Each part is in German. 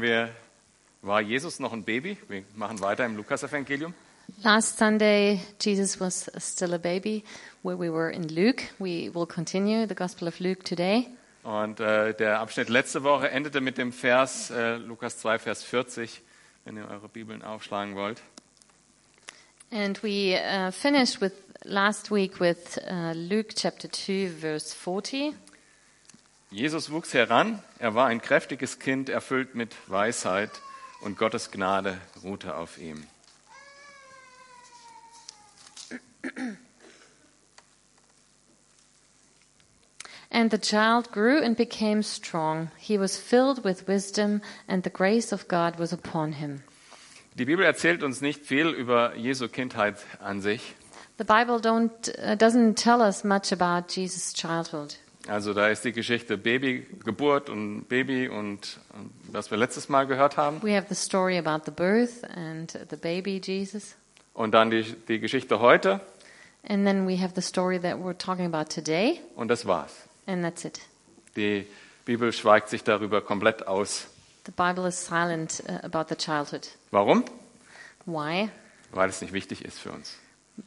wir, war Jesus noch ein Baby? Wir machen weiter im Lukasevangelium. Last Sunday, Jesus was still a baby, where we were in Luke. We will continue the Gospel of Luke today. Und äh, der Abschnitt letzte Woche endete mit dem Vers äh, Lukas 2, Vers 40, wenn ihr eure Bibeln aufschlagen wollt. And we uh, finished with last week with uh, Luke chapter 2, verse 40. Jesus wuchs heran, er war ein kräftiges Kind, erfüllt mit Weisheit und Gottes Gnade ruhte auf ihm. And the child grew and became strong. He was filled with wisdom, and the grace of God was upon him. Die Bibel erzählt uns nicht viel über Jesu Kindheit an sich. The Bible don't, uh, doesn't tell us much about Jesus' childhood. Also da ist die Geschichte Baby, Geburt und Baby und, und was wir letztes Mal gehört haben. We have the story about the birth and the baby Jesus. Und dann die, die Geschichte heute And then we have the story that we're talking about today, und das war's. and that's it. Die Bibel schweigt sich darüber komplett aus. The Bible is silent uh, about the childhood. Warum? Why? Weil es nicht wichtig ist für uns.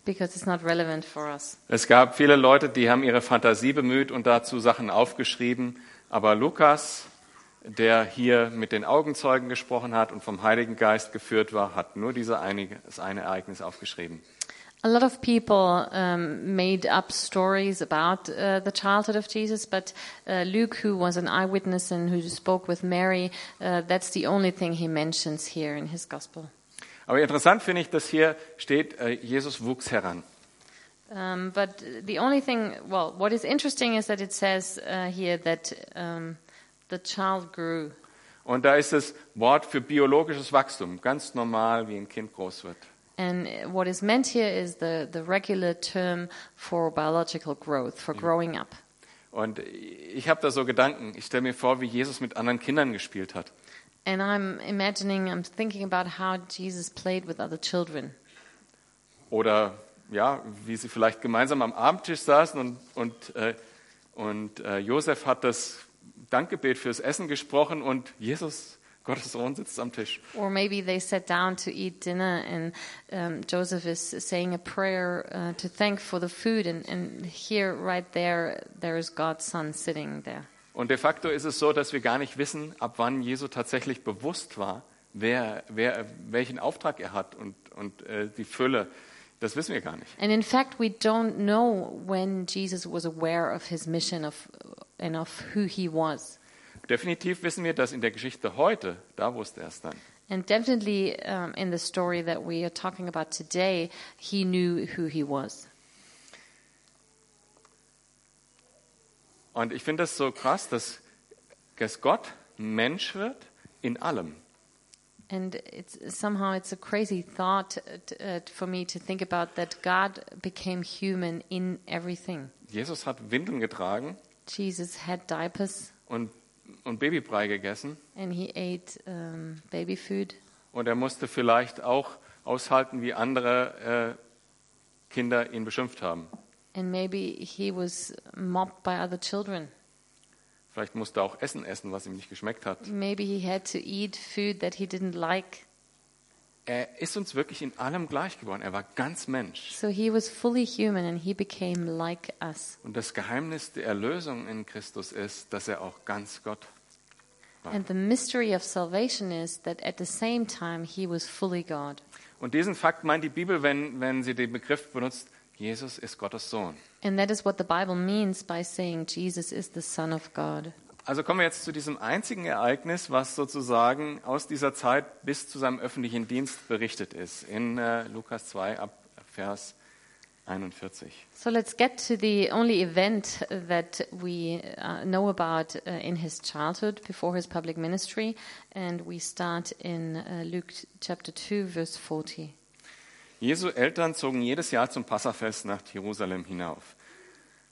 Because it's not relevant for us. Es gab viele Leute, die haben ihre Fantasie bemüht und dazu Sachen aufgeschrieben. Aber Lukas, der hier mit den Augenzeugen gesprochen hat und vom Heiligen Geist geführt war, hat nur diese einige, das eine Ereignis aufgeschrieben. A lot of people um, made up stories about uh, the childhood of Jesus, but uh, Luke, who was an eyewitness and who spoke with Mary, uh, that's the only thing he mentions here in his gospel. Aber interessant finde ich, dass hier steht, äh, Jesus wuchs heran. Um, but the only thing, well, what is interesting is that it says uh, here that um, the child grew. Und da ist das Wort für biologisches Wachstum, ganz normal, wie ein Kind groß wird. And what is meant here is the, the regular term for biological growth, for growing up. Und ich habe da so Gedanken. Ich stelle mir vor, wie Jesus mit anderen Kindern gespielt hat. And I'm imagining, I'm thinking about how Jesus played with other children. Oder ja, wie sie vielleicht gemeinsam am Abendtisch saßen und, und, äh, und äh, Josef hat das Dankgebet fürs Essen gesprochen und Jesus, Gottes Sohn, sitzt am Tisch. Or maybe they sat down to eat dinner and um, Joseph is saying a prayer uh, to thank for the food. And, and here, right there, there is God's son sitting there. Und de facto ist es so, dass wir gar nicht wissen, ab wann Jesus tatsächlich bewusst war, wer, wer, welchen Auftrag er hat und, und äh, die Fülle. Das wissen wir gar nicht. And in fact, we don't know when Jesus was aware of his mission of, and of who he was. Definitiv wissen wir, dass in der Geschichte heute, da wusste er es dann. And definitely um, in the story that we are talking about today, he knew who he was. Und ich finde das so krass, dass, dass Gott Mensch wird in allem. And it's, somehow it's a crazy thought uh, t- uh, for me to think about that God became human in everything. Jesus hat Windeln getragen Jesus had diapers und, und Babybrei gegessen and he ate um, baby food. und er musste vielleicht auch aushalten, wie andere äh, Kinder ihn beschimpft haben. And maybe he was mobbed by other children. Vielleicht musste er auch Essen essen, was ihm nicht geschmeckt hat. Maybe he had to eat food that he didn't like. Er ist uns wirklich in allem gleich geworden. Er war ganz Mensch. So he was fully human and he became like us. Und das Geheimnis der Erlösung in Christus ist, dass er auch ganz Gott And the mystery of salvation is that at the same time he was fully God. Und diesen Fakt meint die Bibel, wenn, wenn sie den Begriff benutzt, Jesus ist Gottes Sohn. And that is what the Bible means by saying Jesus is the Son of God. Also kommen wir jetzt zu diesem einzigen Ereignis, was sozusagen aus dieser Zeit bis zu seinem öffentlichen Dienst berichtet ist, in äh, Lukas 2 ab Vers 41. So let's get to the only event that we uh, know about uh, in his childhood before his public ministry. And we start in uh, Luke chapter 2, verse 40. Jesu Eltern zogen jedes Jahr zum Passafest nach Jerusalem hinauf.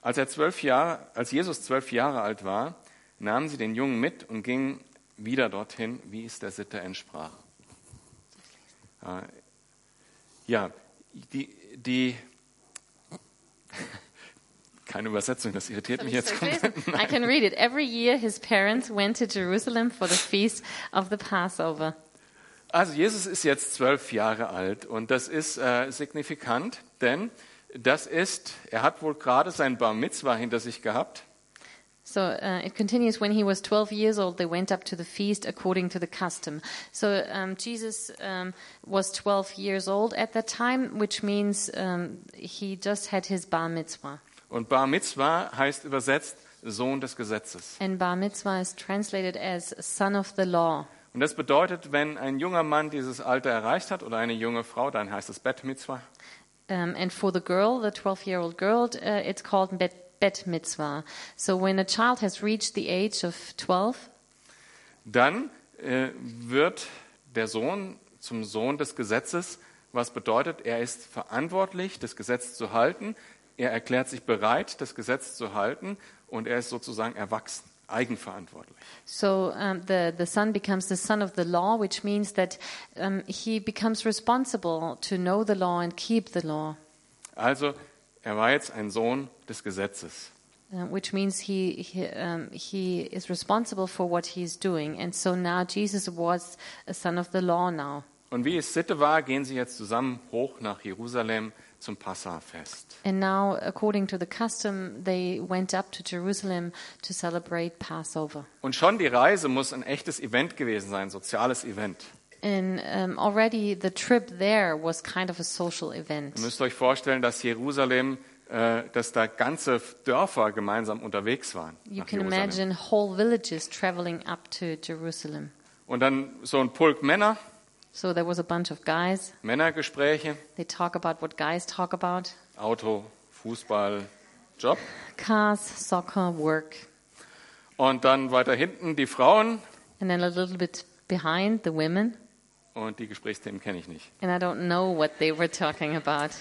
Als, er zwölf Jahre, als Jesus zwölf Jahre alt war, nahmen sie den Jungen mit und gingen wieder dorthin, wie es der Sitte entsprach. Äh, Ja, die, die, Keine Übersetzung, das irritiert mich jetzt. I can read it. Every year his parents went to Jerusalem for the feast of the Passover. Also Jesus ist jetzt zwölf Jahre alt und das ist äh, signifikant, denn das ist, er hat wohl gerade sein Bar Mitzvah hinter sich gehabt. So uh, it continues when he was 12 years old, they went up to the feast according to the custom. So um, Jesus um, was 12 years old at that time, which means um, he just had his bar mitzvah. Und Bar Mitzvah heißt übersetzt Sohn des Gesetzes. And bar mitzvah is translated as son of the law. Und das bedeutet, wenn ein junger Mann dieses Alter erreicht hat oder eine junge Frau, dann heißt es Bet Mitzvah. Um, and for the girl, the 12 year old girl, uh, it's called bet, bet mitzvah. So when a child has reached the age of 12, Dann äh, wird der Sohn zum Sohn des Gesetzes, was bedeutet, er ist verantwortlich, das Gesetz zu halten. Er erklärt sich bereit, das Gesetz zu halten und er ist sozusagen erwachsen, eigenverantwortlich. so um, the, the son becomes the son of the law, which means that um, he becomes responsible to know the law and keep the law, Also, er war jetzt ein Sohn des Gesetzes. uh, which means he, he, um, he is responsible for what he is doing. And so now Jesus was a son of the law now. Und wie es Sitte war, gehen sie jetzt zusammen hoch nach Jerusalem zum Passahfest. And now, according to the custom, they went up to Jerusalem to celebrate Passover. Und schon die Reise muss ein echtes Event gewesen sein, ein soziales Event. And um, already the trip there was kind of a social event. Ihr müsst euch vorstellen, dass Jerusalem, äh, dass da ganze Dörfer gemeinsam unterwegs waren. You nach can Jerusalem. imagine whole villages traveling up to Jerusalem. Und dann so ein Pulk Männer, So there was a bunch of guys. Männergespräche, They talk about what guys talk about Auto, Fußball, Job. cars, soccer, work. Und dann weiter hinten die Frauen And then a little bit behind, the women. und die Gesprächsthemen kenne ich nicht. And I don't know what they were talking about.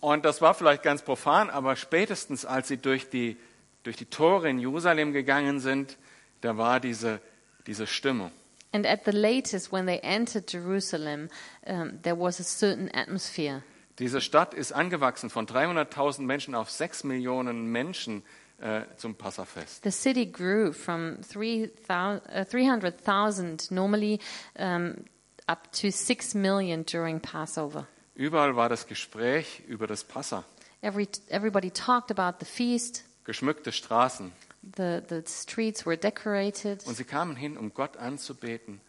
Und das war vielleicht ganz profan, aber spätestens als sie durch die, durch die Tore in Jerusalem gegangen sind, da war diese, diese Stimmung. And at the latest, when they entered Jerusalem, um, there was a certain atmosphere. Diese Stadt ist angewachsen von 300.000 Menschen auf 6 Millionen Menschen äh, zum Passafest. The city grew from 3,000 uh, 300,000 normally um, up to 6 million during Passover. Überall war das Gespräch über das Passa. Every, everybody talked about the feast, Geschmückte Straßen. the, the streets were decorated, Und sie kamen hin, um Gott anzubeten,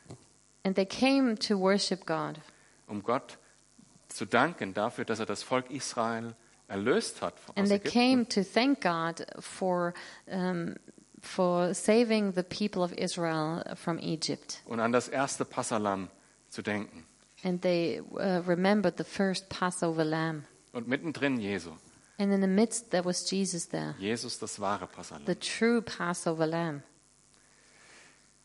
and they came to worship God, um Gott zu danken dafür, dass er das Volk Israel erlöst hat. Aus and they Ägypten. came to thank God for, um, for saving the people of Israel from Egypt. Und an das erste Passalam zu denken. And they uh, remembered the first Passover lamb. Und mittendrin Jesu. And in the midst, there was Jesus there, Jesus, das wahre Passalam. the true Passover lamb.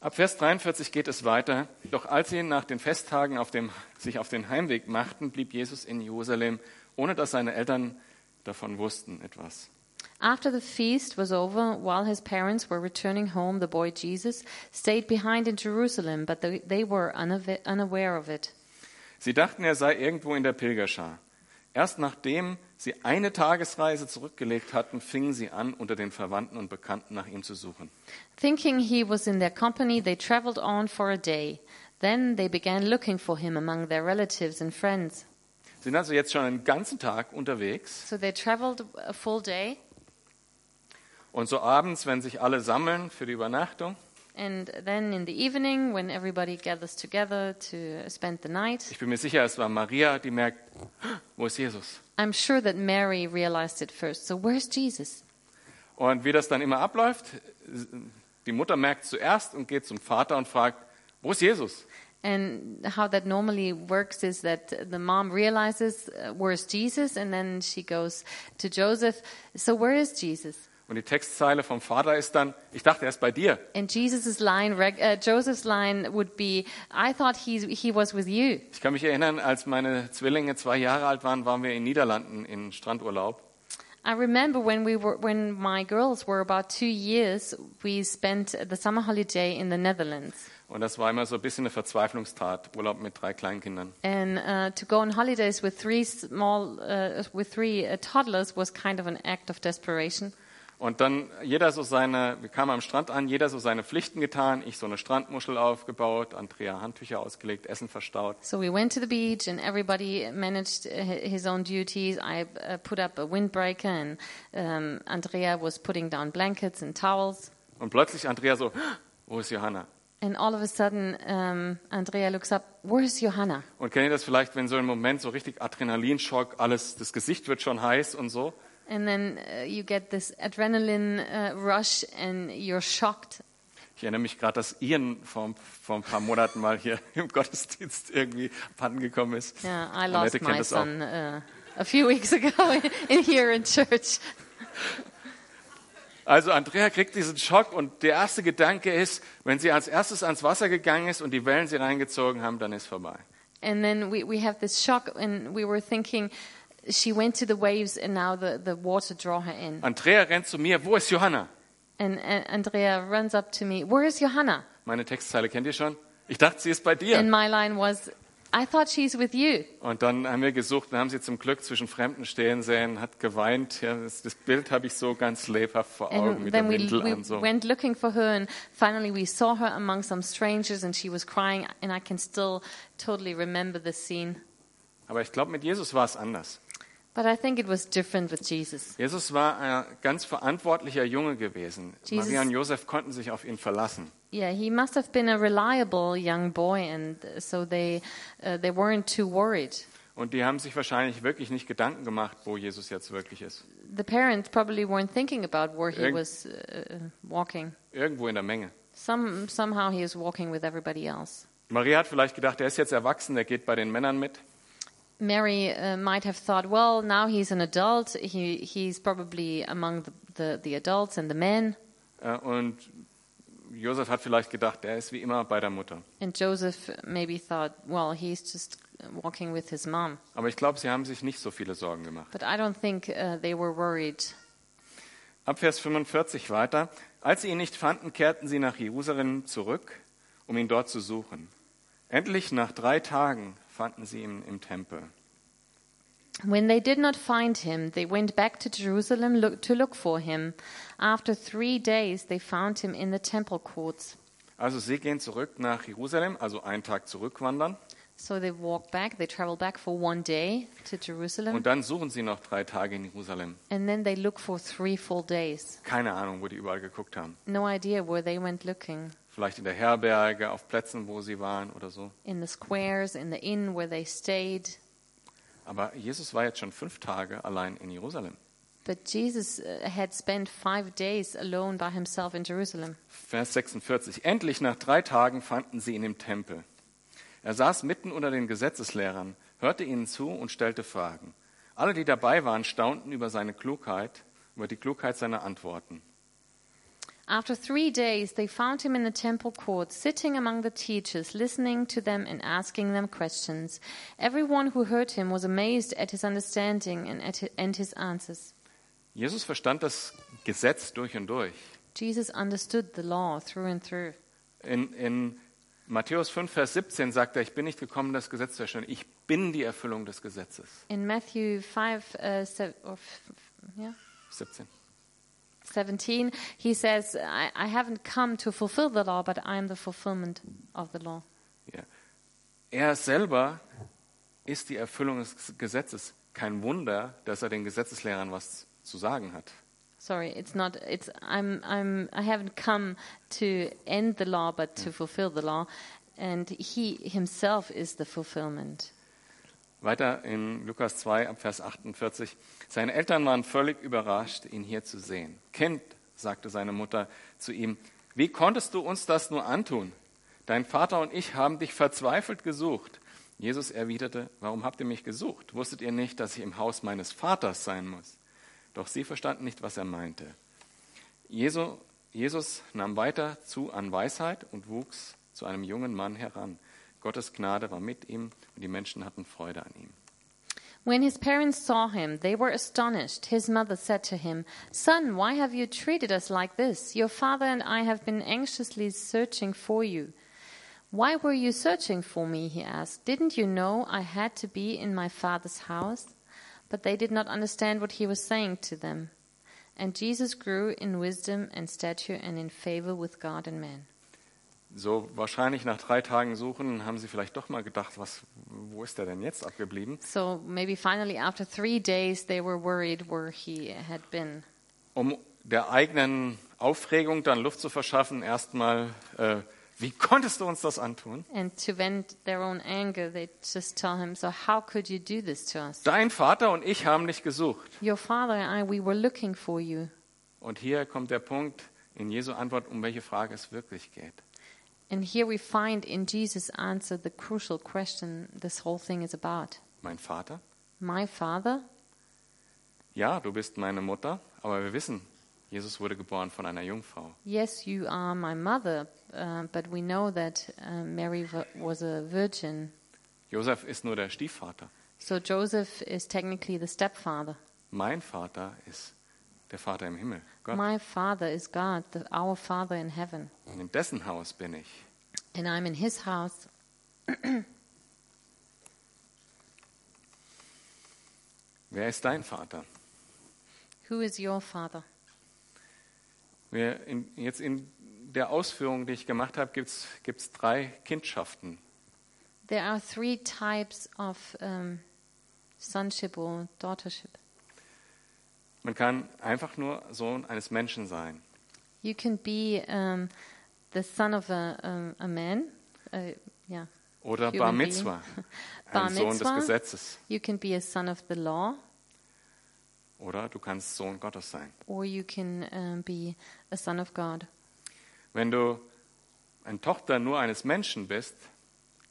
Ab Vers 43 geht es weiter. Doch als sie nach den Festtagen auf dem, sich auf den Heimweg machten, blieb Jesus in Jerusalem, ohne dass seine Eltern davon wussten etwas. After the feast was over, while his parents were returning home, the boy Jesus stayed behind in Jerusalem, but they, they were unaware, unaware of it. Sie dachten, er sei irgendwo in der Pilgerschar. Erst nachdem sie eine Tagesreise zurückgelegt hatten, fingen sie an, unter den Verwandten und Bekannten nach ihm zu suchen. Thinking he was in their company, they traveled on for a day. Then they began looking for him among their relatives and friends. Sind also jetzt schon einen ganzen Tag unterwegs So they traveled a full day, und so abends, wenn sich alle sammeln für die Übernachtung, and then in the evening, when everybody gathers together to spend the night, ich bin mir sicher, es war Maria, die merkt, wo ist Jesus? I'm sure that Mary realized it first. So, where's Jesus? Und wie das dann immer abläuft, die Mutter merkt zuerst und geht zum Vater und fragt, wo ist Jesus? And how that normally works is that the mom realizes uh, where's Jesus, and then she goes to Joseph. So where is Jesus? Und die Textzeile vom Vater ist dann, ich dachte, er ist bei dir. And Jesus's line, reg- uh, Joseph's line would be, "I thought he he was with you." Ich kann mich erinnern, als meine Zwillinge zwei Jahre alt waren, waren wir in Niederlanden in Strandurlaub. I remember when we were when my girls were about two years, we spent the summer holiday in the Netherlands. Und das war immer so ein bisschen eine Verzweiflungstat, Urlaub mit drei Kleinkindern. And uh, to go on holidays with three small, uh, with three uh, toddlers was kind of an act of desperation. Und dann jeder so seine, wir kamen am Strand an, jeder so seine Pflichten getan. Ich so eine Strandmuschel aufgebaut, Andrea Handtücher ausgelegt, Essen verstaut. So we went to the beach, and everybody managed uh, hi- his own duties. I uh, put up a windbreaker, and um, Andrea was putting down blankets and towels. Und plötzlich Andrea so, wo ist Johanna? And all of a sudden, um, Andrea looks up. Where's Johanna? Und kennt ihr das vielleicht, wenn so im Moment so richtig Adrenalinschock, alles, das Gesicht wird schon heiß und so? And then uh, you get this adrenaline uh, rush, and you're shocked. Ich erinnere mich gerade, dass Ian vor, vor ein paar Monaten mal hier im Gottesdienst irgendwie abhanden gekommen ist. Yeah, Uh, I Annette lost kennt my das auch. son uh, a few weeks ago in here in church. Also Andrea kriegt diesen Schock und der erste Gedanke ist, wenn sie als erstes ans Wasser gegangen ist und die Wellen sie reingezogen haben, dann ist vorbei. And then we, we have this shock, and we were thinking she went to the waves, and now the, the water draw her in. Andrea rennt zu mir, wo ist Johanna? And, and Andrea runs up to me, Where is Johanna? Meine Textzeile kennt ihr schon. Ich dachte, sie ist bei And dir. my line was, I thought she's with you. Und dann haben wir gesucht und haben sie zum Glück zwischen Fremden stehen sehen, hat geweint. Ja, das, das Bild habe ich so ganz lebhaft vor Augen And mit der then we, Windel we an. So. went looking for her, and finally we saw her among some strangers, and she was crying. And I can still totally remember the scene. Aber ich glaube, mit Jesus war es anders. But I think it was different with Jesus. Jesus war ein ganz verantwortlicher Junge gewesen. Jesus- Maria und Josef konnten sich auf ihn verlassen. Yeah, he must have been a reliable young boy, and uh, so they, uh, they weren't too worried. Und die haben sich wahrscheinlich wirklich nicht Gedanken gemacht, wo Jesus jetzt wirklich ist. The parents probably weren't thinking about where he Irgend- was uh, walking. Irgendwo in der Menge. Some, somehow he is walking with everybody else. Maria hat vielleicht gedacht, er ist jetzt erwachsen, der geht bei den Männern mit. Mary uh, might have thought, well, now he's an adult. He he's probably among the, the, the adults and the men. Äh, Und Josef hat vielleicht gedacht, er ist wie immer bei der Mutter. And Joseph maybe thought, well, he's just walking with his mom. Aber ich glaube, sie haben sich nicht so viele Sorgen gemacht. But I don't think uh, they were worried. Ab Vers 45 weiter. Als sie ihn nicht fanden, kehrten sie nach Jerusalem zurück, um ihn dort zu suchen. Endlich nach drei Tagen fanden sie ihn im Tempel. When they did not find him, they went back to Jerusalem look, to look for him. After three days, they found him in the temple courts. Also sie gehen zurück nach Jerusalem, also einen Tag zurückwandern. So they walked back. They traveled back for one day to Jerusalem, Und dann suchen sie noch drei Tage in Jerusalem. and then they look for three full days. Keine Ahnung, wo die überall geguckt haben. No idea where they went looking. Vielleicht in der Herberge, auf Plätzen, wo sie waren oder so. in the squares, in the inn where they stayed. Aber Jesus war jetzt schon fünf Tage allein in Jerusalem. But Jesus uh, had spent five days alone by himself in Jerusalem. Vers 46. Endlich nach drei Tagen fanden sie ihn im Tempel. Er saß mitten unter den Gesetzeslehrern, hörte ihnen zu und stellte Fragen. Alle, die dabei waren, staunten über seine Klugheit, über die Klugheit seiner Antworten. After three days, they found him in the temple court, sitting among the teachers, listening to them and asking them questions. Everyone who heard him was amazed at his understanding and, at hi- and his answers. Jesus verstand das Gesetz durch und durch. Jesus understood the law through and through. In, in Matthäus 5, Vers 17 sagt er, ich bin nicht gekommen, das Gesetz zu erstellen. Ich bin die Erfüllung des Gesetzes. In Matthew 5, uh, sev or f- f- yeah, 17. 17, he says, I, I haven't come to fulfill the law, but I am the fulfillment of the law. Ja. Er selber ist die Erfüllung des Gesetzes. Kein Wunder, dass er den Gesetzeslehrern was zu sagen hat. Sorry, it's not, it's, I'm, I'm, I haven't come to end the law, but to fulfill the law. And he himself is the fulfillment. Weiter in Lukas 2 ab Vers 48. Seine Eltern waren völlig überrascht, ihn hier zu sehen. Kind, sagte seine Mutter zu ihm, wie konntest du uns das nur antun? Dein Vater und ich haben dich verzweifelt gesucht. Jesus erwiderte, warum habt ihr mich gesucht? Wusstet ihr nicht, dass ich im Haus meines Vaters sein muss? Doch sie verstanden nicht, was er meinte. Jesu, Jesus nahm weiter zu an Weisheit und wuchs zu einem jungen Mann heran. Gottes Gnade war mit ihm und die Menschen hatten Freude an ihm. When his parents saw him, they were astonished. His mother said to him, Son, why have you treated us like this? Your father and I have been anxiously searching for you. Why were you searching for me? he asked. Didn't you know I had to be in my father's house? But they did not understand what he was saying to them. And Jesus grew in wisdom and stature and in favor with God and man. So wahrscheinlich nach drei Tagen Suchen haben sie vielleicht doch mal gedacht, was, wo ist er denn jetzt abgeblieben? So maybe finally, after three days, they were worried where he had been. Um der eigenen Aufregung dann Luft zu verschaffen, erstmal, äh, wie konntest du uns das antun? And to vent their own anger, they just tell him, So how could you do this to us? Dein Vater und ich haben dich gesucht. Your father and I, we were looking for you. Und hier kommt der Punkt in Jesu Antwort, um welche Frage es wirklich geht. And here we find in Jesus' answer the crucial question this whole thing is about. Mein Vater? My father? Ja, du bist meine Mutter, aber wir wissen, Jesus wurde geboren von einer Jungfrau. Yes, you are my mother, uh, but we know that uh, Mary v- was a virgin. Josef ist nur der Stiefvater. So Joseph is technically the stepfather. Mein Vater ist der Vater im Himmel, Gott. My father is God, the, our father in heaven. Und in dessen Haus bin ich. And I'm in his house. Wer ist dein Vater? Who is your father? Wir in, jetzt in der Ausführung, die ich gemacht habe, gibt es drei Kindschaften. There are three types of um, sonship or daughtership. Man kann einfach nur Sohn eines Menschen sein. You can be um, the son of a, um, a man. Uh, yeah. Oder Human Bar being. Mitzvah, Bar ein Sohn des Mitzvah. Gesetzes. You can be a son of the law, Oder du kannst Sohn Gottes sein. or you can um, be a son of God. Wenn du eine Tochter nur eines Menschen bist,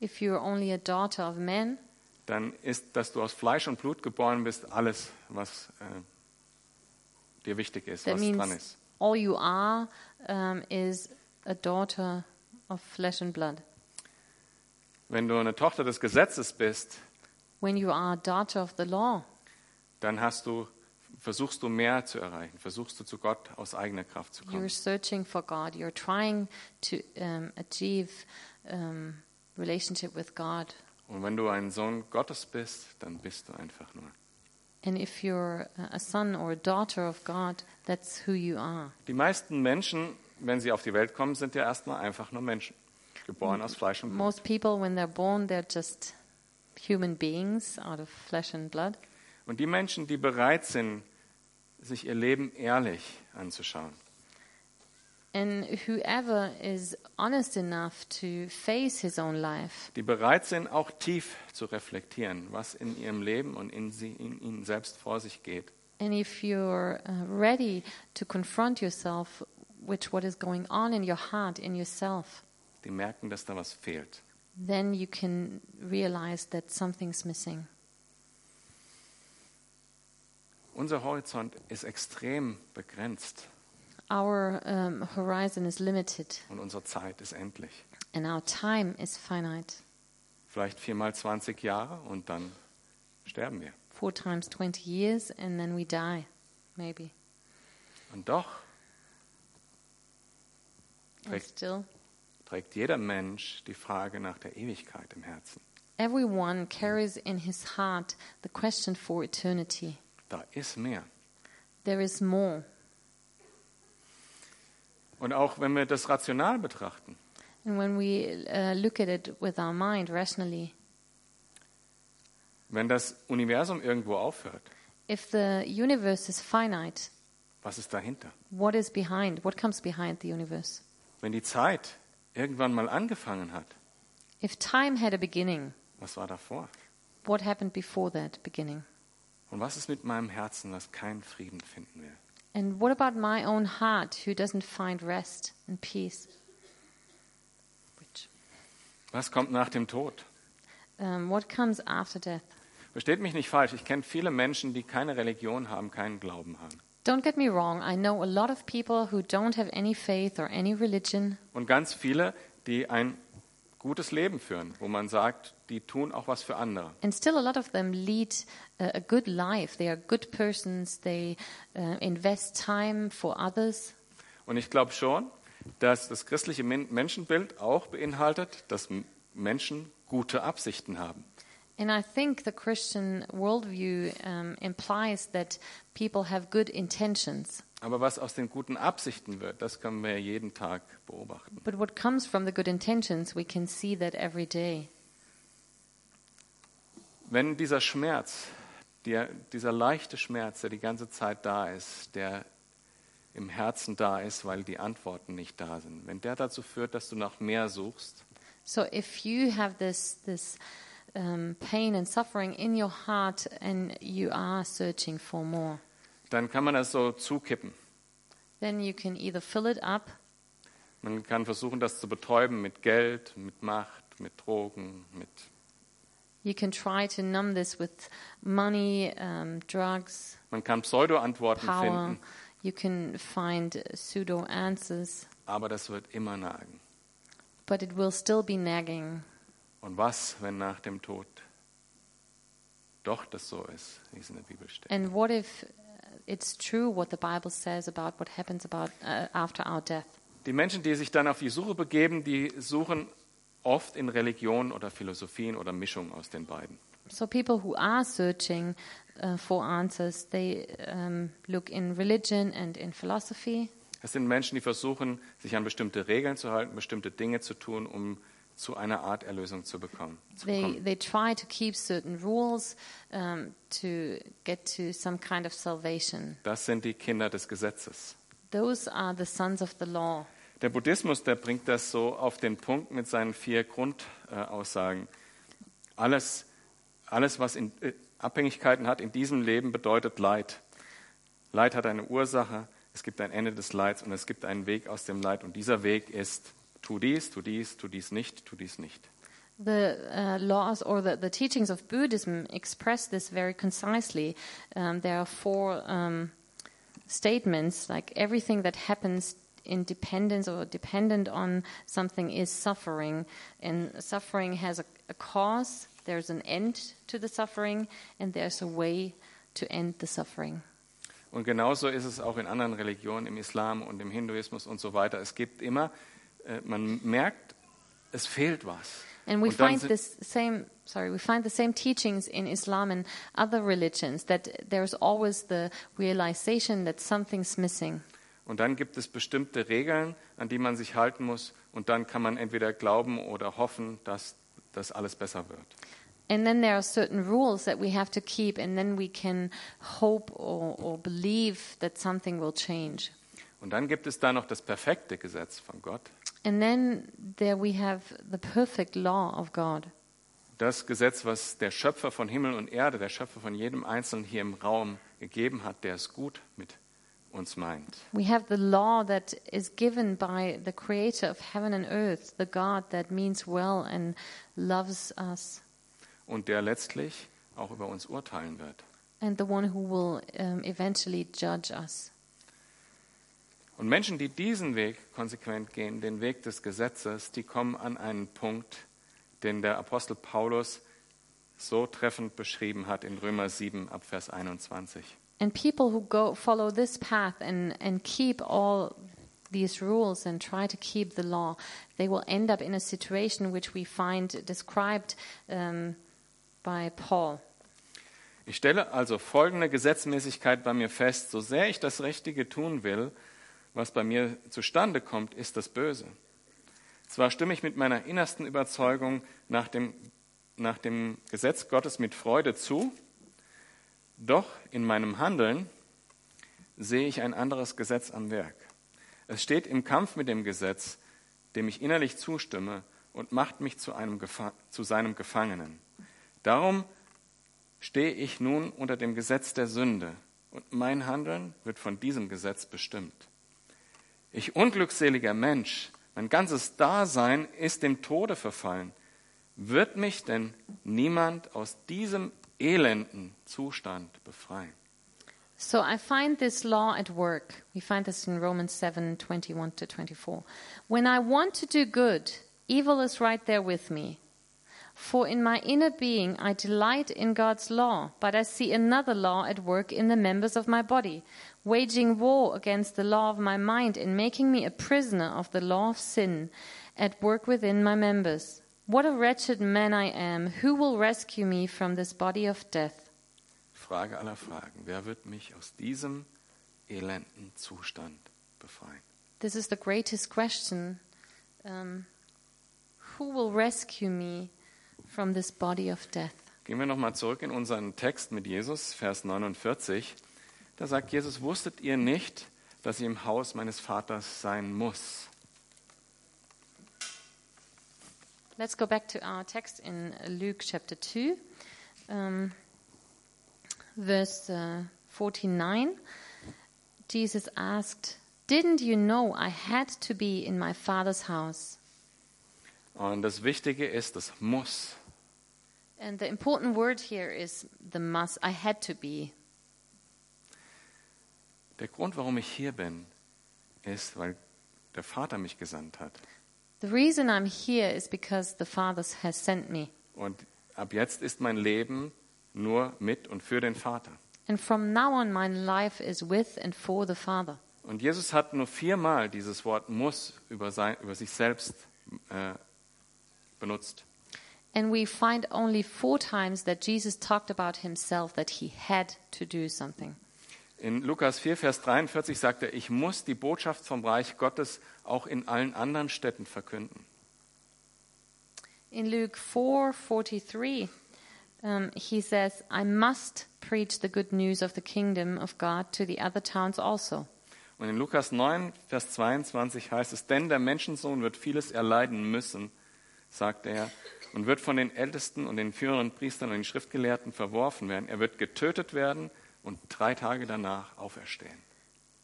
If you're only a daughter of man, dann ist, dass du aus Fleisch und Blut geboren bist, alles, was äh, dir wichtig ist, that was dran means ist. all you are um, is a daughter of flesh and blood. Wenn du eine Tochter des Gesetzes bist, When you are a daughter of the law, dann hast du, versuchst du mehr zu erreichen, versuchst du zu Gott aus eigener Kraft zu kommen. you're searching for God. You're trying to um, achieve um, relationship with God. Und wenn du ein Sohn Gottes bist, dann bist du einfach nur. And if you're a son or a daughter of God, that's who you are. Die meisten Menschen, wenn sie auf die Welt kommen, sind ja erstmal einfach nur Menschen, geboren aus Fleisch und Blut. Most people, when they're born, they're just human beings out of flesh and blood. Und die Menschen, die bereit sind, sich ihr Leben ehrlich anzuschauen, And whoever is honest enough to face his own life, die bereit sind, auch tief zu reflektieren, was in ihrem Leben und in, sie, in ihnen selbst vor sich geht, and if you're uh, ready to confront yourself with what is going on in your heart, in yourself, die merken, dass da was fehlt. then you can realize that something's missing. Unser Horizont ist extrem begrenzt Our um, horizon is limited, und unsere Zeit ist endlich. and our time is finite. Vielleicht viermal 20 Jahre und dann sterben wir. Four times 20 years, and then we die, maybe. Und doch And Correct. still. trägt jeder Mensch die Frage nach der Ewigkeit im Herzen. Everyone carries in his heart the question for eternity. Da ist mehr. There is more. Und auch wenn wir das rational betrachten, And when we uh, look at it with our mind rationally, wenn das Universum irgendwo aufhört, if the universe is finite, was ist dahinter? what is behind? What comes behind the universe? Wenn die Zeit irgendwann mal angefangen hat, If time had a beginning, was war davor? what happened before that beginning? Und was ist mit meinem Herzen, das keinen Frieden finden will? And what about my own heart who doesn't find rest and peace? Which, Was kommt nach dem Tod? um, what comes after death? Versteht mich nicht falsch, ich kenne viele Menschen, die keine Religion haben, keinen Glauben haben. Don't get me wrong, I know a lot of people who don't have any faith or any religion, Und ganz viele, die ein gutes Leben führen, wo man sagt, die tun auch was für andere. And still, a lot of them lead uh, a good life. They are good persons. They uh, invest time for others. Und ich glaube schon, dass das christliche Men- Menschenbild auch beinhaltet, dass M- Menschen gute Absichten haben. And I think the Christian worldview um, implies that people have good intentions. Aber was aus den guten Absichten wird, das können wir jeden Tag beobachten. But what comes from the good intentions, we can see that every day. Wenn dieser Schmerz, der, dieser leichte Schmerz, der die ganze Zeit da ist, der im Herzen da ist, weil die Antworten nicht da sind, wenn der dazu führt, dass du nach mehr suchst, So if you have this this um, pain and suffering in your heart, and you are searching for more, dann kann man das so zukippen. then you can either fill it up Man kann versuchen, das zu betäuben mit Geld, mit Macht, mit Drogen, mit You can try to numb this with money, um, drugs, man kann Pseudo-Antworten power. finden, You can find pseudo answers, aber das wird immer nagen. but it will still be nagging. Und was, wenn nach dem Tod doch das so ist, wie es in der Bibel steht? And what if uh, it's true what the Bible says about what happens about uh, after our death? Die Menschen, die sich dann auf die Suche begeben, die suchen oft in Religionen oder Philosophien oder Mischung aus den beiden. So people who are searching uh, for answers, they um, look in religion and in philosophy. Es sind Menschen, die versuchen, sich an bestimmte Regeln zu halten, bestimmte Dinge zu tun, um zu einer Art Erlösung zu bekommen. Zu They bekommen. they try to keep certain rules um, to get to some kind of salvation. Das sind die Kinder des Gesetzes. Those are the sons of the law. Der Buddhismus, der bringt das so auf den Punkt mit seinen vier Grundaussagen. Alles, alles was in, äh, Abhängigkeiten hat in diesem Leben, bedeutet Leid. Leid hat eine Ursache, es gibt ein Ende des Leids und es gibt einen Weg aus dem Leid. Und dieser Weg ist, tu dies, tu dies, tu dies nicht, tu dies nicht. The uh, laws or the, the teachings of Buddhism express this very concisely. Um, there are four um, statements like everything that happens in dependence or dependent on something is suffering, and suffering has a, a cause, there's an end to the suffering, and there's a way to end the suffering. Und genauso ist es auch in anderen Religionen, im Islam und im Hinduismus und so weiter. Es gibt immer, äh, man merkt, es fehlt was. And we Und dann find sind- this same sorry, we find the same teachings in Islam and other religions that there's always the realization that something's missing. Und dann gibt es bestimmte Regeln, an die man sich halten muss. Und dann kann man entweder glauben oder hoffen, dass das alles besser wird. And then there are certain rules that we have to keep and then we can hope or, or believe that something will change. Und dann gibt es da noch das perfekte Gesetz von Gott. And then there we have the perfect law of God. Das Gesetz, was der Schöpfer von Himmel und Erde, der Schöpfer von jedem Einzelnen hier im Raum gegeben hat, der es gut mit uns meint. We have the law that is given by the creator of heaven and earth, the God that means well and loves us. Und der letztlich auch über uns urteilen wird. and the one who will um, eventually judge us. Und Menschen, die diesen Weg konsequent gehen, den Weg des Gesetzes, die kommen an einen Punkt, den der Apostel Paulus so treffend beschrieben hat in Römer 7 ab Vers 21. And people who go follow this path and, and keep all these rules and try to keep the law, they will end up in a situation which we find described um, by Paul. Ich stelle also folgende Gesetzmäßigkeit bei mir fest, so sehr ich das Richtige tun will, was bei mir zustande kommt, ist das Böse. Zwar stimme ich mit meiner innersten Überzeugung nach dem, nach dem Gesetz Gottes mit Freude zu, doch in meinem Handeln sehe ich ein anderes Gesetz am Werk. Es steht im Kampf mit dem Gesetz, dem ich innerlich zustimme und macht mich zu, einem Gefa zu seinem Gefangenen. Darum stehe ich nun unter dem Gesetz der Sünde und mein Handeln wird von diesem Gesetz bestimmt. Ich unglückseliger Mensch, mein ganzes Dasein ist dem Tode verfallen. Wird mich denn niemand aus diesem elenden Zustand befreien? So I find this law at work. We find this in Romans 7 21 to 24. When I want to do good, Evil is right there with me. For in my inner being I delight in God's law, but I see another law at work in the members of my body, waging war against the law of my mind and making me a prisoner of the law of sin at work within my members. What a wretched man I am! Who will rescue me from this body of death? Frage aller Fragen. Wer wird mich aus diesem elenden Zustand befreien? This is the greatest question. Um, who will rescue me from this body of death? Gehen wir nochmal zurück in unseren Text mit Jesus, Vers 49. Da sagt Jesus, wusstet ihr nicht, dass ihr im Haus meines Vaters sein muss? Let's go back to our text in Luke chapter 2, um, verse uh, 49. Jesus asked, Didn't you know I had to be in my Father's house? Und das Wichtige ist, das muss. And the important word here is the must. I had to be. Der Grund, warum ich hier bin, ist, weil der Vater mich gesandt hat. The reason I'm here is because the Father has sent me. Und ab jetzt ist mein Leben nur mit und für den Vater. And from now on, my life is with and for the Father. Und Jesus hat nur viermal dieses Wort muss über, sein, über sich selbst äh, benutzt. And we find only four times that Jesus talked about himself that he had to do something. In Lukas 4, Vers 43 sagt er, ich muss die Botschaft vom Reich Gottes auch in allen anderen Städten verkünden. In Luke 4:43, um, he says, "I must preach the good news of the kingdom of God to the other towns also." Und in Lukas 9, Vers 22 heißt es, denn der Menschensohn wird vieles erleiden müssen, sagt er, und wird von den Ältesten und den führenden Priestern und den Schriftgelehrten verworfen werden. Er wird getötet werden und drei Tage danach auferstehen.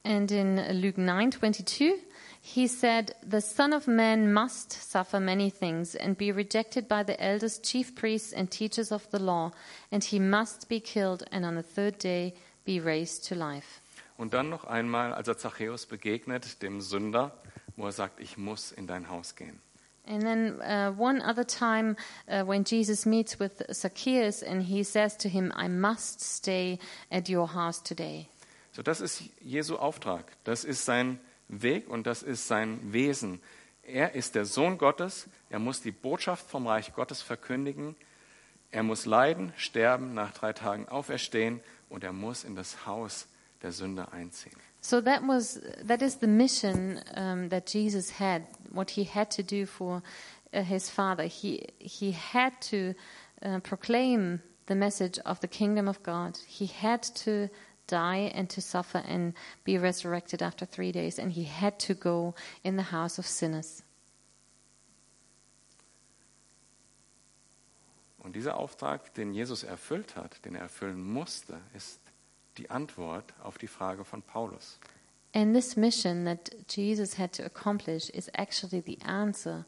And in Luke 9:22, he said, "The Son of Man must suffer many things and be rejected by the elders, chief priests, and teachers of the law, and he must be killed and on the third day be raised to life." Und dann noch einmal, als er Zachäus begegnet, dem Sünder, wo er sagt, ich muss in dein Haus gehen. And then uh, one other time uh, when Jesus meets with Zacchaeus and he says to him, I must stay at your house today. So, das ist Jesu Auftrag. Das ist sein Weg und das ist sein Wesen. Er ist der Sohn Gottes. Er muss die Botschaft vom Reich Gottes verkündigen. Er muss leiden, sterben, nach drei Tagen auferstehen und er muss in das Haus der Sünder einziehen. So that was that is the mission um, that Jesus had, what he had to do for uh, his father. He he had to uh, proclaim the message of the kingdom of God. He had to die and to suffer and be resurrected after three days, and he had to go in the house of sinners. Und dieser Auftrag, den Jesus erfüllt hat, den er erfüllen musste, ist die Antwort auf die Frage von Paulus. And this mission that Jesus had to accomplish is actually the answer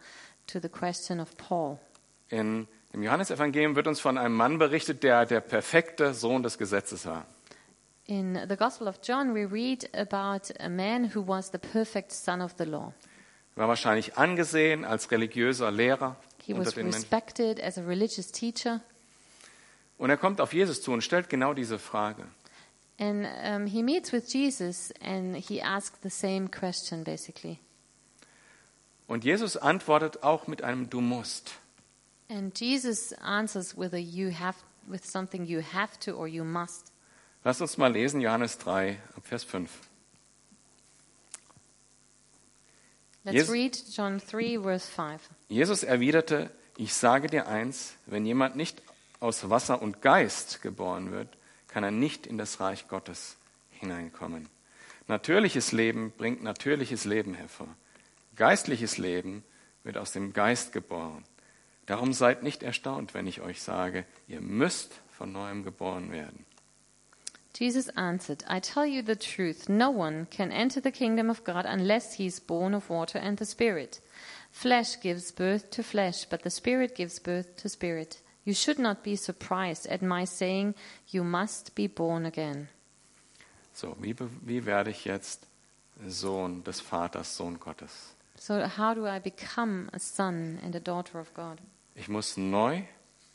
to the question of Paul. In, Im Johannesevangelium wird uns von einem Mann berichtet, der der perfekte Sohn des Gesetzes war. In the Gospel of John, we read about a man who was the perfect son of the law. Er war wahrscheinlich angesehen als religiöser Lehrer He unter was den Menschen. respected as a religious teacher, Und er kommt auf Jesus zu und stellt genau diese Frage. and um, he meets with Jesus and he asks the same question basically. Und Jesus antwortet auch mit einem Du musst. And Jesus answers with a you have with something you have to or you must. Lass uns mal lesen, Johannes 3, ab Vers 5. Let's Yes. read John 3 verse 5. Jesus erwiderte, ich sage dir eins, wenn jemand nicht aus Wasser und Geist geboren wird, kann er nicht in das Reich Gottes hineinkommen. Natürliches Leben bringt natürliches Leben hervor. Geistliches Leben wird aus dem Geist geboren. Darum seid nicht erstaunt, wenn ich euch sage, ihr müsst von neuem geboren werden. Jesus answered, I tell you the truth, no one can enter the kingdom of God unless he is born of water and the Spirit. Flesh gives birth to flesh, but the Spirit gives birth to spirit. You should not be surprised at my saying, You must be born again. So, wie, be- wie werde ich jetzt Sohn des Vaters, Sohn Gottes? So how do I become a son and a daughter of God? Ich muss neu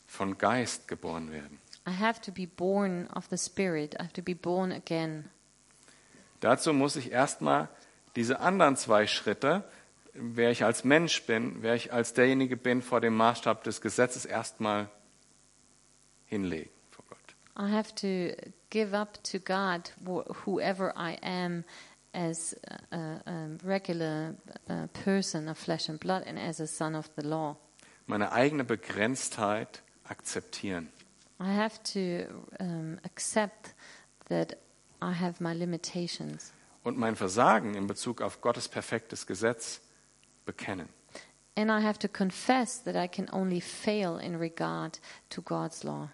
von Geist geboren werden. I have to be born of the Spirit. I have to be born again. Dazu muss ich erstmal diese anderen zwei Schritte, wer ich als Mensch bin, wer ich als derjenige bin vor dem Maßstab des Gesetzes, erstmal hinlegen vor Gott. I have to give up to God wh- whoever I am as a, a regular uh, person of flesh and blood and as a son of the law. Meine eigene Begrenztheit akzeptieren. I have to um, accept that I have my limitations und mein Versagen in Bezug auf Gottes perfektes Gesetz bekennen. and I have to confess that I can only fail in regard to God's law.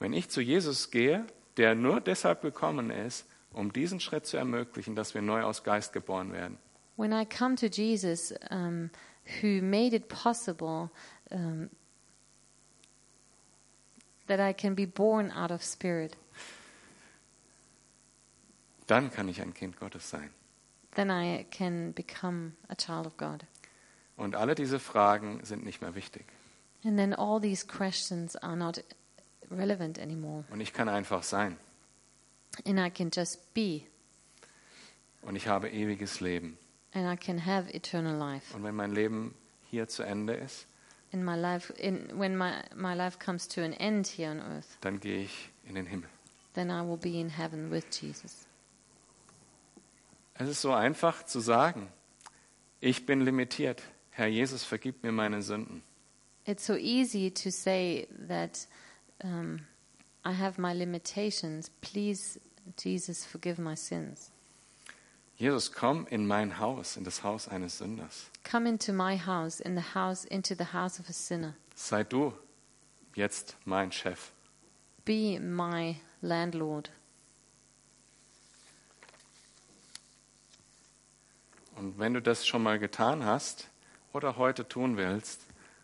Wenn ich zu Jesus gehe, der nur deshalb gekommen ist, um diesen Schritt zu ermöglichen, dass wir neu aus Geist geboren werden, When I come to Jesus, um, who made it possible um, that I can be born out of spirit, dann kann ich ein Kind Gottes sein. then I can become a child of God. Und alle diese Fragen sind nicht mehr wichtig. And then all these questions are not relevant anymore. Und ich kann einfach sein. And I can just be, Und ich habe ewiges Leben. and I can have eternal life. Und wenn mein Leben hier zu Ende ist, In my life, in, when my, my life comes to an end here on earth, dann gehe ich in den Himmel. then I will be in heaven with Jesus. Es ist so einfach zu sagen, ich bin limitiert. Herr Jesus, vergib mir meine Sünden. It's so easy to say that um, I have my limitations. Please, Jesus, forgive my sins. Jesus, komm in mein Haus, in das Haus eines Sünders. Come into my house, in the house, into the house of a sinner. Sei du jetzt mein Chef. Be my landlord. Und wenn du das schon mal getan hast oder heute tun willst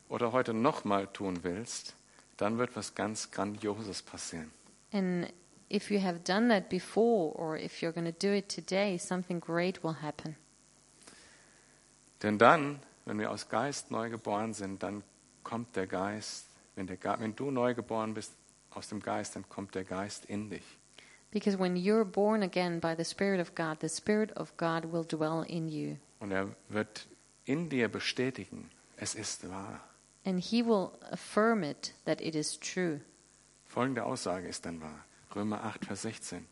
oder heute nochmal tun willst, dann wird was ganz Grandioses passieren. And if you have done that before, or if you're going to do it today, something great will happen. Denn dann, wenn wir aus Geist neu geboren sind, dann kommt der Geist. Wenn, der, Ge- wenn du neu geboren bist aus dem Geist, dann kommt der Geist in dich. Because when you're born again by the Spirit of God, the Spirit of God will dwell in you. Und er wird in dir bestätigen, es ist wahr. And He will affirm it that it is true. Folgende Aussage ist dann wahr. Römer 8, Vers 16.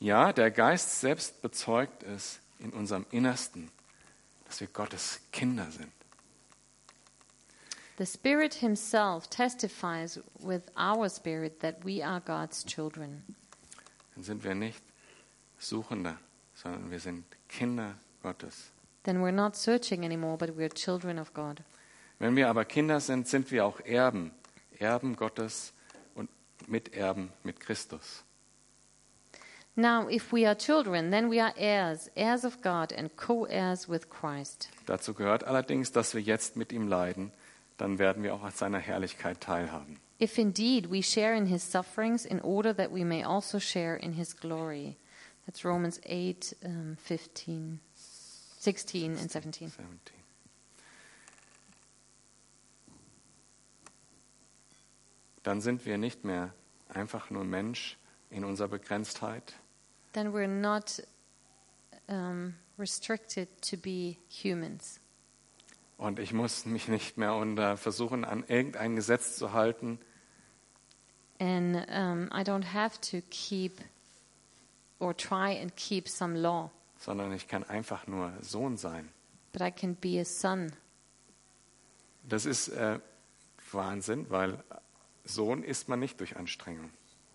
Ja, der Geist selbst bezeugt es in unserem Innersten, dass wir Gottes Kinder sind. The Spirit Himself testifies with our spirit that we are God's children. Dann sind wir nicht Suchender, sondern wir sind Kinder Gottes. Then we're not searching anymore, but we're children of God. Wenn wir aber Kinder sind, sind wir auch Erben, Erben Gottes und Miterben mit Christus. Now, if we are children, then we are heirs, heirs of God, and co heirs with Christ. Dazu gehört allerdings, dass wir jetzt mit ihm leiden, dann werden wir auch an seiner Herrlichkeit teilhaben. If indeed we share in his sufferings, in order that we may also share in his glory. That's Romans 8, um, 15, 16, and 17. 17. Dann sind wir nicht mehr einfach nur Mensch in unserer Begrenztheit, Then we're not um, restricted to be humans. und ich muss mich nicht mehr unter versuchen, an irgendein Gesetz zu halten, And um, I don't have to keep or try and keep some law, sondern ich kann einfach nur Sohn sein. but I can be a son. Das ist äh, Wahnsinn, weil Sohn ist man nicht durch Anstrengung.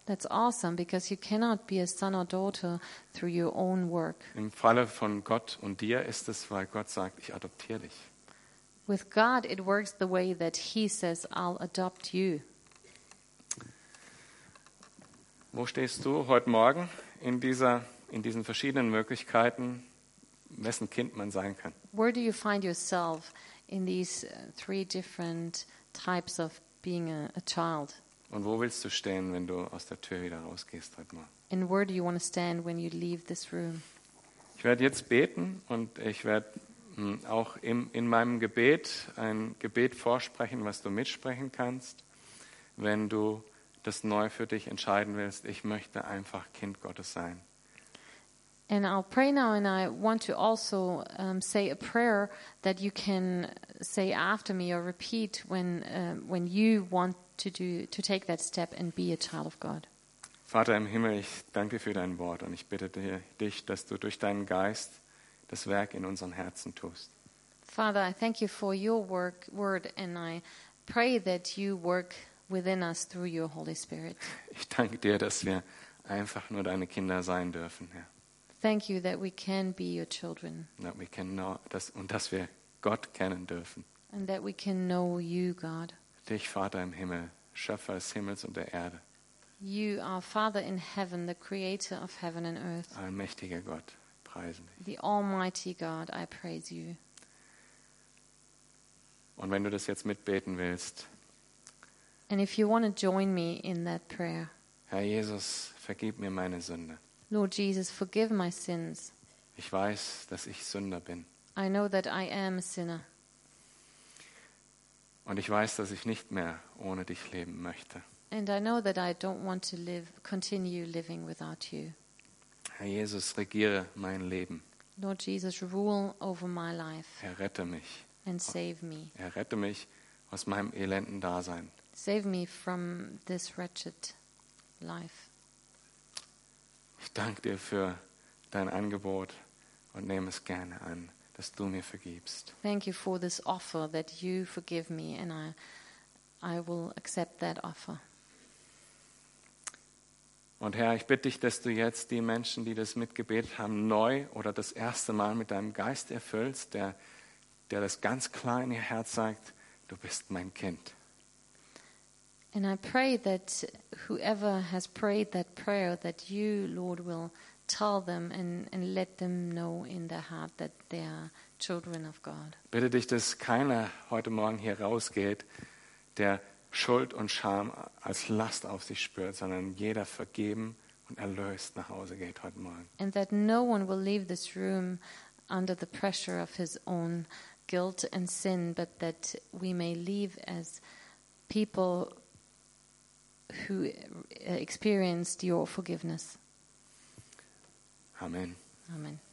That's awesome because you cannot be a son or daughter through your own work. Im Falle von Gott und dir ist es, weil Gott sagt, ich adoptiere dich. With God, it works the way that He says, I'll adopt you. Wo stehst du heute Morgen in, dieser, in diesen verschiedenen Möglichkeiten, wessen Kind man sein kann? Where do you find yourself in these uh, three different types of being a, a child? Und wo willst du stehen, wenn du aus der Tür wieder rausgehst heute Morgen? And where do you want to stand when you leave this room? Ich werde jetzt beten und ich werde mm, mh, auch im, in meinem Gebet ein Gebet vorsprechen, was du mitsprechen kannst, wenn du das neu für dich entscheiden willst. Ich möchte einfach Kind Gottes sein. And I'll pray now, and I want to also um, say a prayer that you can say after me or repeat when um, when you want to do to take that step and be a child of God. Vater im Himmel, ich danke dir für dein Wort und ich bitte dir, dich, dass du durch deinen Geist das Werk in unseren Herzen tust. Father, I thank you for your work word, and I pray that you work within us through your Holy Spirit. Ich danke dir, dass wir einfach nur deine Kinder sein dürfen, Herr. Thank you that we can be your children That we can know, dass, und dass wir Gott kennen dürfen. and that we can know you, God. Dich, Vater im Himmel, Schöpfer des Himmels und der Erde, You are Father in heaven, the creator of heaven and earth, allmächtiger Gott, preisen dich. the Almighty God. I praise you. Und wenn du das jetzt mitbeten willst, And if you want to join me in that prayer, Herr Jesus, vergib mir meine Sünde. Lord Jesus, forgive my sins. Ich weiß, dass ich Sünder bin. I know that I am a sinner, Und ich weiß, dass ich nicht mehr ohne dich leben möchte. and I know that I don't want to live, continue living without you. Herr Jesus, regiere mein Leben. Lord Jesus, rule over my life Errette mich. and save me. Errette mich aus meinem elenden Dasein. Save me from this wretched life. Ich danke dir für dein Angebot und nehme es gerne an, dass du mir vergibst. Thank you for this offer that you forgive me, and I, I will accept that offer. Und Herr, ich bitte dich, dass du jetzt die Menschen, die das mitgebetet haben, neu oder das erste Mal mit deinem Geist erfüllst, der, der das ganz klar in ihr Herz sagt, du bist mein Kind. And I pray that whoever has prayed that prayer, that you, Lord, will tell them and, and let them know in their heart that they are children of God. Bitte dich, dass keiner heute Morgen hier rausgeht, der Schuld und Scham als Last auf sich spürt, sondern jeder vergeben und erlöst nach Hause geht heute Morgen. And that no one will leave this room under the pressure of his own guilt and sin, but that we may leave as people who uh, experienced your forgiveness. Amen. Amen.